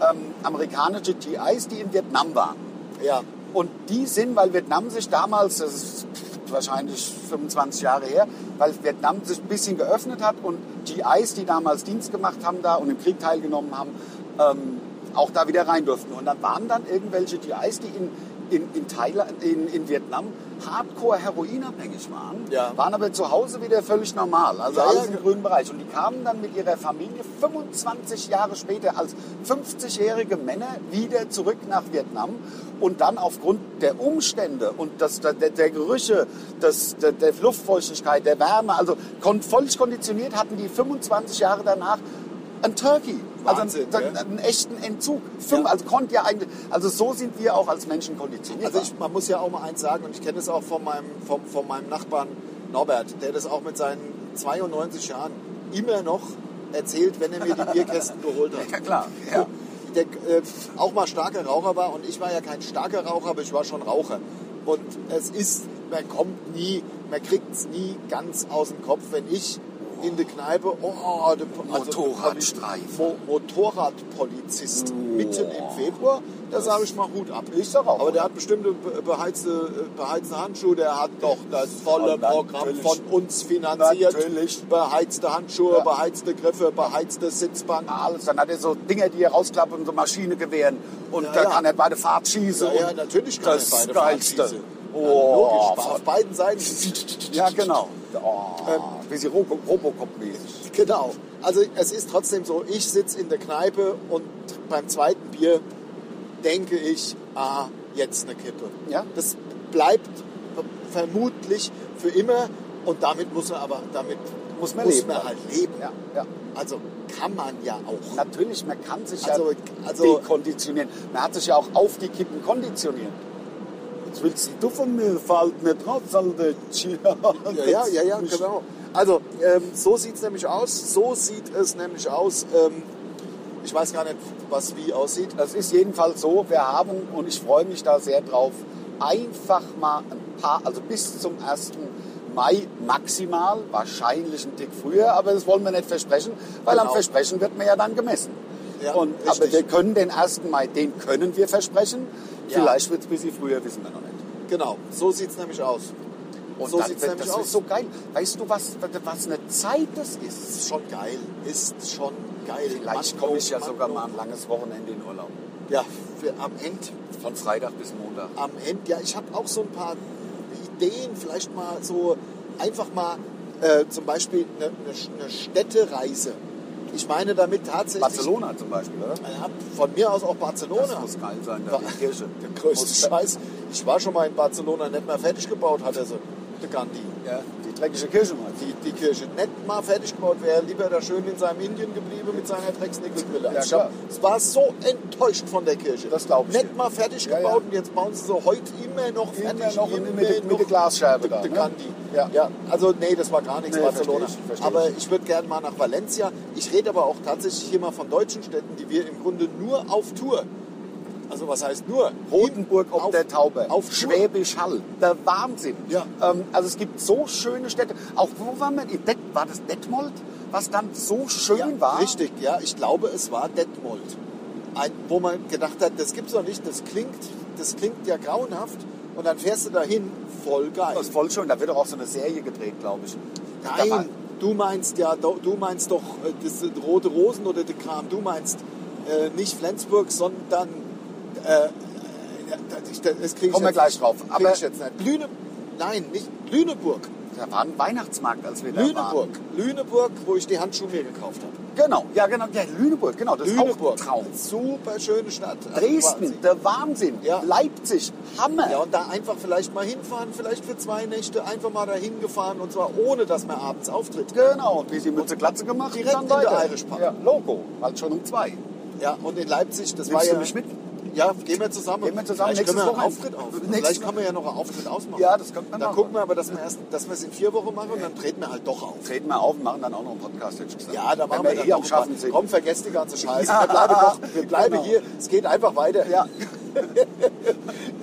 ähm, amerikanische GIs, die in Vietnam waren. Ja. Und die sind, weil Vietnam sich damals, das ist wahrscheinlich 25 Jahre her, weil Vietnam sich ein bisschen geöffnet hat und GIs, die damals Dienst gemacht haben da und im Krieg teilgenommen haben, ähm, auch da wieder rein durften. Und dann waren dann irgendwelche GIs, die in, in, in, Thailand, in, in Vietnam hardcore heroinabhängig waren, Ja. waren aber zu Hause wieder völlig normal. Also Ja, ja, alles im grünen Bereich. Und die kamen dann mit ihrer Familie 25 Jahre später als 50-jährige Männer wieder zurück nach Vietnam. Und dann aufgrund der Umstände und das, der, der- der Gerüche, das, der, der Luftfeuchtigkeit, der Wärme, also kon, völlig konditioniert hatten die 25 Jahre danach ein Turkey. Wahnsinn, also einen, gell? einen echten Entzug. Fünf, also konnte ja eigentlich, also so sind wir auch als Menschen konditioniert. Also ich, man muss ja auch mal eins sagen, und ich kenne es auch von meinem, vom, von meinem Nachbarn Norbert, der das auch mit seinen 92 Jahren immer noch erzählt, wenn er mir die <laughs> Bierkästen geholt hat. Ja, klar, ja. Der äh, auch mal starker Raucher war und ich war ja kein starker Raucher, aber ich war schon Raucher. Und es ist, man kommt nie, man kriegt es nie ganz aus dem Kopf, wenn ich in die Kneipe, oh, der- Motorradstreifen. Mo Motorradpolizist Oh. mitten im Februar, da sage ich mal Hut ab. Ich sag auch. Aber der hat bestimmte be- beheizte, beheizte Handschuhe, der hat doch das volle Ja, Programm natürlich. von uns finanziert. Natürlich. Beheizte Handschuhe, Ja. beheizte Griffe, beheizte Sitzbank. alles. Dann hat er so Dinger, die er rausklappen und so Maschinengewehren. Und Ja, dann ja. kann er bei der Fahrt schießen. Ja, ja, und natürlich kann das er beide Geilste. Fahrtschieße. Oh, Logisch, auf beiden Seiten. <laughs> ja, genau. Oh, Ähm, wie sie Robo Robocop-mäßig. Genau. Also es ist trotzdem so, ich sitze in der Kneipe und beim zweiten Bier denke ich, ah, jetzt eine Kippe. Ja. Das bleibt vermutlich für immer und damit muss man aber, damit Muss man leben. halt leben. Ja, ja. Also kann man ja auch. Natürlich, man kann sich Also- ja also- dekonditionieren. Man hat sich ja auch auf die Kippen konditioniert. Jetzt willst du halt von mir, fällt mir drauf, Alter. Ja, ja, ja, <laughs> ja, genau. Also, ähm, so sieht es nämlich aus. So sieht es nämlich aus. Ähm, ich weiß gar nicht, was wie aussieht. Das ist jedenfalls so, wir haben, und ich freue mich da sehr drauf, einfach mal ein paar, also bis zum 1. Mai maximal, wahrscheinlich ein Tick früher, aber das wollen wir nicht versprechen, weil Genau. am Versprechen wird man ja dann gemessen. Ja, und, aber richtig. wir können den 1. Mai, den können wir versprechen. Ja. Vielleicht wird es ein bisschen früher, wissen wir noch nicht. Genau, so sieht es nämlich aus. Und so dann sieht es wird- nämlich das aus. ist so geil. Weißt du, was, was eine Zeit das ist? ist schon geil. Ist schon geil. Vielleicht Mann, oh komme ich ja Mann, sogar mal Mann. ein langes Wochenende in Urlaub. Ja, wir, am Ende, Von Freitag bis Montag. am Ende. Ja, ich habe auch so ein paar Ideen. Vielleicht mal so einfach mal äh, zum Beispiel eine, eine, eine Städtereise. Ich meine damit tatsächlich. Barcelona zum Beispiel, oder? Ja, von mir aus auch Barcelona. Das muss geil sein, da War- die Kirche. <laughs> Der größte Scheiß. Ich war schon mal in Barcelona, nicht mal fertig gebaut hat er so, der Gandhi. Ja, die dreckige Kirche mal. Die, die Kirche nicht mal fertig gebaut, wäre lieber da schön in seinem Indien geblieben mit seiner Drecksnickelbrille. Ja, ich hab, klar. es war so enttäuscht von der Kirche. Das glaub ich Nicht dir. mal fertig Ja, gebaut ja. und jetzt bauen sie so heute immer noch Immer fertig. noch und mit der- mit der Glasscheibe da, Der ne? Gandhi. Ja. Also nee, das war gar nichts Nee, Barcelona. versteh ich, versteh aber ich. ich würde gerne mal nach Valencia. Ich rede aber auch tatsächlich hier mal von deutschen Städten, die wir im Grunde nur auf Tour. Also was heißt nur? Rotenburg ob Auf- der Taube, auf Tour. Schwäbisch Hall, der Wahnsinn. Ja. Ähm, also es gibt so schöne Städte. Auch wo waren wir? In Det war das Detmold, was dann so schön ja, war? Richtig, ja. Ich glaube, es war Detmold. Ein, wo man gedacht hat, das gibt's doch nicht, das klingt, das klingt ja grauenhaft. Und dann fährst du dahin, voll geil. Das ist voll schön. Da wird doch auch so eine Serie gedreht, glaube ich. Da war- Nein, du meinst ja, do- du meinst doch äh, das sind rote Rosen oder der Kram. Du meinst äh, nicht Flensburg, sondern äh, äh, das- ich- das krieg ich Kommen wir jetzt gleich nicht- drauf. krieg Aber- ich jetzt nicht. Lüne, nein, nicht Lüneburg. Da war ein Weihnachtsmarkt, als wir da waren. Lüneburg, Lüneburg, wo ich die Handschuhe mir gekauft habe. Genau, ja genau, ja, Lüneburg, genau, das Lüneburg, ist auch ein Traum. super schöne Stadt. Also Dresden, Wahnsinn. der Wahnsinn. Ja. Leipzig, Hammer. Ja, und da einfach vielleicht mal hinfahren, vielleicht für zwei Nächte einfach mal dahin gefahren und zwar ohne, dass man abends auftritt. Genau, und wie sie Mütze Glatze gemacht Direkt dann in der weiter. Irish Pub. Ja, Logo, halt schon um zwei. äh, Ja, und in Leipzig, das Nimmst war du ja. mich mit? Ja, gehen wir zusammen. Gehen wir zusammen, Vielleicht nächstes können wir einen Auftritt Wochenende. auf. Nächstes Vielleicht können wir ja noch einen Auftritt ausmachen. Ja, das könnte man Dann machen. gucken wir aber, dass wir erst, dass wir es in vier Wochen machen und dann treten wir halt doch auf. Treten wir auf und machen dann auch noch einen Podcast, hätte ich gesagt. Ja, da Wenn machen wir, wir dann eh am noch Schaffen mal. sind. Komm, vergesst die ganze Scheiße. Ja. Wir bleiben, doch, <laughs> wir bleiben Genau. hier. Es geht einfach weiter. Ja.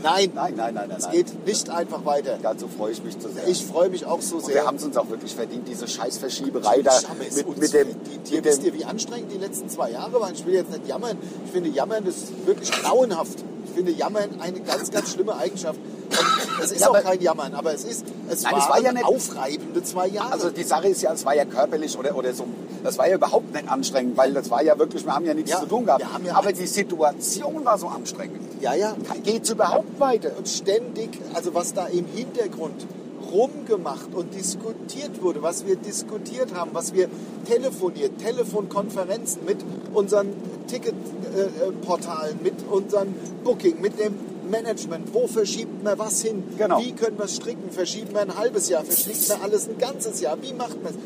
Nein, Nein, nein, nein, nein. es nein. geht nicht einfach weiter. Dazu freue ich mich zu sehr. Ich freue mich auch so und sehr. wir haben es uns auch wirklich verdient, diese Scheißverschieberei da Scham ist mit, uns mit dem, verdient. Ihr mit wisst ihr, dem wie anstrengend die letzten zwei Jahre waren. Ich will jetzt nicht jammern. Ich finde, jammern ist wirklich grauenhaft. Ich finde, jammern eine ganz, ganz schlimme Eigenschaft. Und es ist Ja, auch aber- kein Jammern, aber es ist, es Nein, waren es war ja nicht- aufreibende zwei Jahre. Also die Sache ist ja, es war ja körperlich oder, oder so, das war ja überhaupt nicht anstrengend, weil das war ja wirklich, wir haben ja nichts Ja, zu tun gehabt. wir haben ja Aber eins- die Situation war so anstrengend. ja, ja. Geht's überhaupt weiter? Und ständig, also was da im Hintergrund rumgemacht und diskutiert wurde, was wir diskutiert haben, was wir telefoniert, Telefonkonferenzen mit unseren Ticketportalen, äh, Portalen, mit unserem Booking, mit dem Management, wo verschiebt man was hin, Genau. wie können wir es stricken, verschieben wir ein halbes Jahr, verschiebt man alles ein ganzes Jahr, wie macht man es?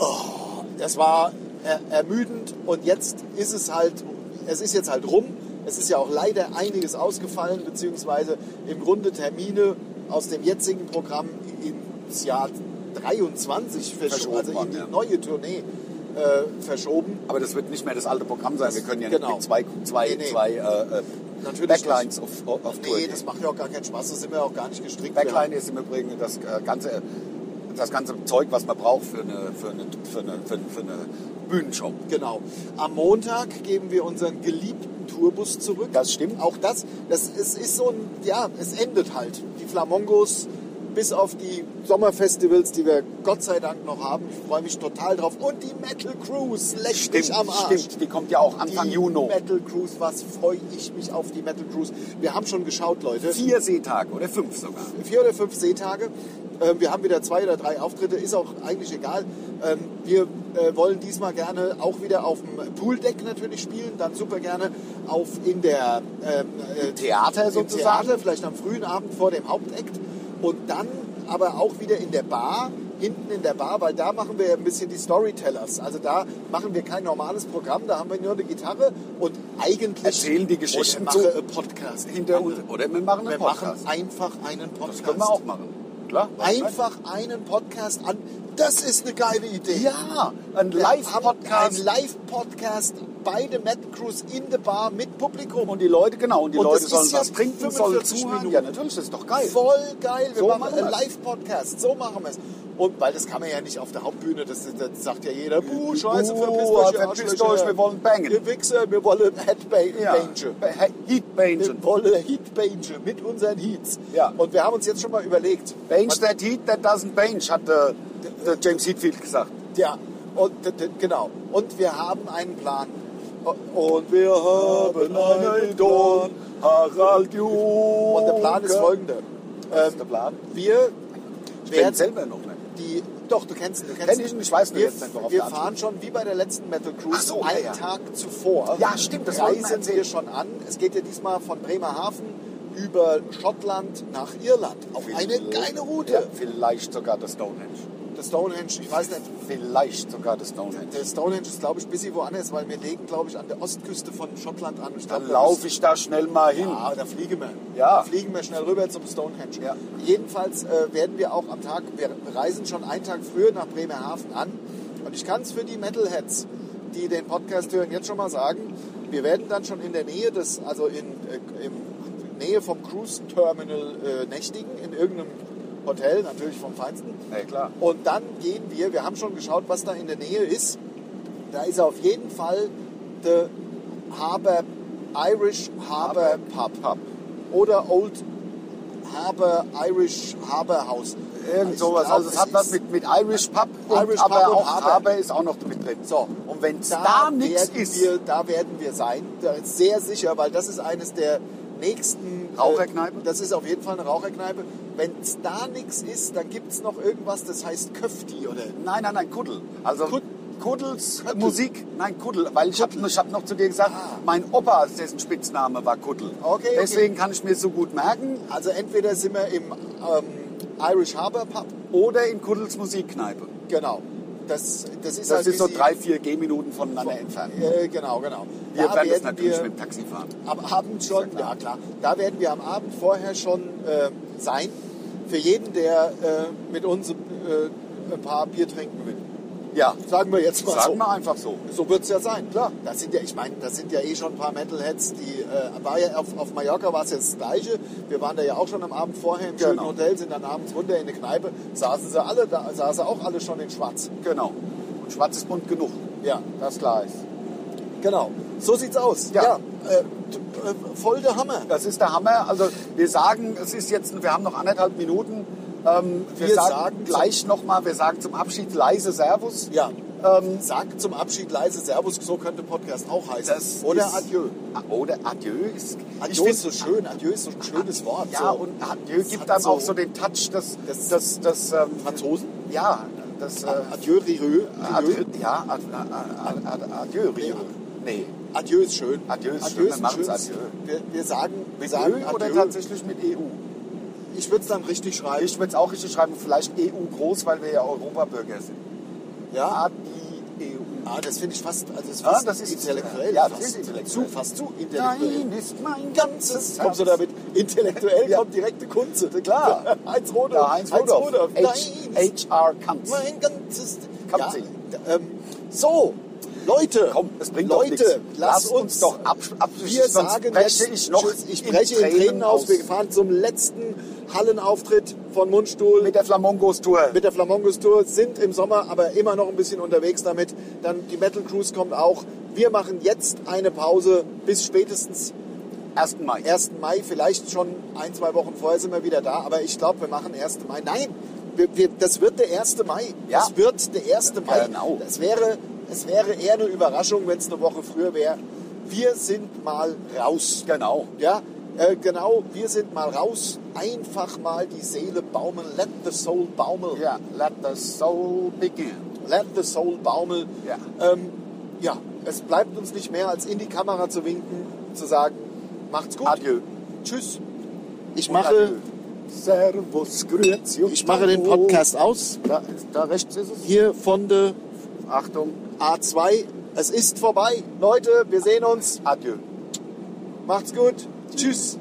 Oh, das war er, ermüdend und jetzt ist es halt, es ist jetzt halt rum. Es ist ja auch leider einiges ausgefallen, beziehungsweise im Grunde Termine aus dem jetzigen Programm ins Jahr 23 verschoben, Verschoben also in worden, die ja. neue Tournee äh, verschoben. Aber das wird nicht mehr das alte Programm sein. Wir können ja Genau. nicht mit zwei, zwei, Nee, nee. zwei äh, äh, Natürlich Backlines auf, auf auf Tour Nee, gehen. das macht ja auch gar keinen Spaß, das sind wir auch gar nicht gestrickt. Backline ist im Übrigen das äh, ganze, das ganze Zeug, was man braucht für eine, für eine, für eine, für eine, für eine Bühnenshow. Genau. Am Montag geben wir unseren geliebten Tourbus zurück. Das stimmt. Auch das, das es ist so ein, ja, es endet halt. Die Flamongos bis auf die Sommerfestivals, die wir Gott sei Dank noch haben. Ich freue mich total drauf. Und die Metal Cruise lächelt mich am Arsch. stimmt. Die kommt ja auch Anfang die Juni. Metal Cruise, was freue ich mich auf die Metal Cruise. Wir haben schon geschaut, Leute. Vier Seetage oder fünf sogar. vier oder fünf Seetage. Ähm, Wir haben wieder zwei oder drei Auftritte, ist auch eigentlich egal. Ähm, Wir äh, wollen diesmal gerne auch wieder auf dem Pooldeck natürlich spielen, dann super gerne auf in der ähm, äh, Theater im sozusagen. Theater, vielleicht am frühen Abend vor dem Hauptakt und dann aber auch wieder in der Bar, hinten in der Bar, weil da machen wir ja ein bisschen die Storytellers. Also da machen wir kein normales Programm, da haben wir nur eine Gitarre und eigentlich Erzählen die Geschichten oder mache zu- einen Podcast Hinter uns. äh, Oder wir machen einen Wir Podcast. machen einfach einen Podcast. das können wir auch machen. Klar. Einfach einen Podcast an. Das ist eine geile Idee. Ja, ein Wir haben Ein Live-Podcast. Live-Podcast bei der Mad Cruise in der Bar mit Publikum. Und die Leute, genau, und die Und Leute das sollen ist ja was trinken, sollen 45 zuhören. Minuten. Ja, natürlich, das ist doch geil. Voll geil. Wir So machen machen einen wir's. Live-Podcast. So machen wir es. Und weil das kann man ja nicht auf der Hauptbühne, das, das sagt ja jeder, buh, Buh, scheiße, verpisst Buh, also euch, ihr verpisst Arschlöcher. euch, wir wollen bangen. Ihr Wichser, wir wollen Headbang. Ja. Heat-Bangen. Wir wollen Heatbange mit unseren Heats. Ja. Und wir haben uns jetzt schon mal überlegt, Bange that heat that doesn't bange, hat äh, der James Hetfield gesagt. Ja, und d- d- genau. Und wir haben einen Plan. O- Und wir haben einen Plan. Harald Juncker. Und der Plan ist folgender. Ähm, Was ist der Plan? Wir Ich bin werden selber noch nicht. die. Doch, du kennst ihn. Du Kenn kennst ich ihn. ihn, ich weiß nur wir, jetzt nicht, worauf Wir der Anspruch fahren schon wie bei der letzten Metal Cruise Ach so, ja, einen ja. Tag zuvor. Ja, stimmt, das wollten wir reisen wir erzählen. schon an. Es geht ja diesmal von Bremerhaven über Schottland nach Irland. Auf eine Vielleicht- geile Route. Ja, vielleicht sogar der Stonehenge. Das Stonehenge, ich weiß nicht, Vielleicht sogar der Stonehenge. Der Stonehenge ist, glaube ich, ein bisschen woanders, weil wir legen, glaube ich, an der Ostküste von Schottland an. Ich Dann glaub, laufe ich da schnell mal hin. Ja, da fliegen wir. Ja. Da fliegen wir schnell rüber zum Stonehenge. Ja. Jedenfalls äh, werden wir auch am Tag, wir reisen schon einen Tag früher nach Bremerhaven an. Und ich kann es für die Metalheads, die den Podcast hören, jetzt schon mal sagen, wir werden dann schon in der Nähe des, also in, äh, im Nähe vom Cruise Terminal äh, nächtigen, in irgendeinem Hotel, natürlich vom Feinsten. Na ja, klar. Und dann gehen wir, wir haben schon geschaut, was da in der Nähe ist. Da ist auf jeden Fall der Harbour, Irish Harbour Pub. Oder Old Harbour, Irish Harbour House. Irgend Ich sowas. glaub, Also es hat was ist- mit, mit Irish Pub, und, Irish aber Pub und auch Harbour. Harbour ist auch noch mit drin. So, Und wenn es da, da nichts werden ist, Wir, da werden wir sein, da ist sehr sicher, weil das ist eines der nächsten... Raucherkneipen? Äh, das ist auf jeden Fall eine Raucherkneipe. Wenn es da nichts ist, dann gibt es noch irgendwas, das heißt Köfti oder... Nein, nein, nein, Kuddel. Also Kud- Kuddels Kuddel. Musik. Nein, Kuddel. Weil ich habe hab noch zu dir gesagt, Ah. mein Opa, dessen Spitzname war Kuddel. Okay, okay. Deswegen kann ich mir so gut merken. Also entweder sind wir im ähm, Irish Harbour Pub, Oder in Kuddels Musikkneipe. genau. Das, das ist, Das halt ist so wie sie- drei, vier Gehminuten voneinander entfernt. Äh, genau, genau. Wir da werden es werden natürlich wir mit dem Taxi fahren. am Abend schon, Ist ja klar. ja klar, da werden wir am Abend vorher schon äh, sein. Für jeden, der äh, mit uns äh, ein paar Bier trinken will. Ja, Sagen wir jetzt mal sagen so. wir einfach so. So wird es ja sein, klar. Das sind ja, ich meine, das sind ja eh schon ein paar Metalheads, die äh, war ja auf, auf Mallorca war es jetzt das gleiche. Wir waren da ja auch schon am Abend vorher im schönen Genau. Hotel, sind dann abends runter in eine Kneipe, saßen sie alle, da saßen auch alle schon in Schwarz. Genau. Und schwarz ist bunt genug. Ja, Das klar ist. genau. So sieht's aus. Ja. äh, t- äh, voll der Hammer. Das ist der Hammer. Also wir sagen, es ist jetzt, wir haben noch anderthalb Minuten. Ähm, wir, Wir sagen, sagen gleich nochmal, wir sagen zum Abschied leise Servus. Ja. Ähm, Sagt zum Abschied leise Servus, so könnte Podcast auch heißen. Das Oder ist- Adieu. Ah, Oder Adieu ist. ich Adieu find- Ah, ist so schön, Adieu ist so ein schönes Wort. Ja, so. und Adieu Das gibt hat dann so- auch so den Touch, dass. Das- Das, das, das, ähm, Franzosen? Ja, das. Äh, Adieu, Rieu. Adieu. Ja, ad, ad, ad, ad, Adieu, Rio. Ja. Nee. Adieu ist schön. Adieu ist schön, wir ein machen's schönes- Adieu. Wir, wir sagen, wir Mit sagen Ö oder Adieu. tatsächlich mit EU? Ich würde es dann richtig schreiben. Ich würde es auch E richtig schreiben, vielleicht EU groß, weil wir ja Europabürger sind. ja? Adi EU. Ah, das finde ich fast, also das ist Ja, fast Ah, das ist- intellektuell. ja, das fast ist intellektuell. zu- Fast zu intellektuell. Nein, ist mein ganzes Kommst du damit? Intellektuell Ja. kommt direkte Kunze. Klar. <laughs> Heinz Rudolf. Ja, Heinz Rudolf. Nein. H- HR Kanz. Mein ganzes. Kann ja, sie. ähm, so, Leute. Komm, das bringt doch Leute, nichts. lass uns doch absch- abschließen. Wir sonst sagen breche jetzt, ich noch Tschüss, ich breche in Tränen, aus. Wir fahren zum letzten Hallenauftritt von Mundstuhl Mit der Flamongos Tour. mit der Flamongos Tour, sind im Sommer aber immer noch ein bisschen unterwegs damit. Dann die Metal Cruise kommt auch. Wir machen jetzt eine Pause bis spätestens 1. Mai. 1. Mai, vielleicht schon ein, zwei Wochen vorher sind wir wieder da, aber ich glaube, wir machen 1. Mai. Nein, wir, wir, das wird der 1. Mai. Ja. Das wird der 1. Mai. Genau. Das wäre, es wäre eher eine Überraschung, wenn es eine Woche früher wäre. Wir sind mal raus. Genau. Ja, äh, genau, wir sind mal raus. Einfach mal die Seele baumeln. Let the soul baumeln. Ja, let the soul begin. Let the soul baumeln. Ja. Ähm, ja, es bleibt uns nicht mehr, als in die Kamera zu winken, zu sagen, macht's gut. Adieu. Tschüss. Ich Und mache, adieu. Servus, Grüezi. und ich mache den Hallo. Podcast aus. Da, da rechts ist es. Hier von der Achtung. A2. Es ist vorbei. Leute, wir sehen uns. Adieu. Macht's gut. Tschüss.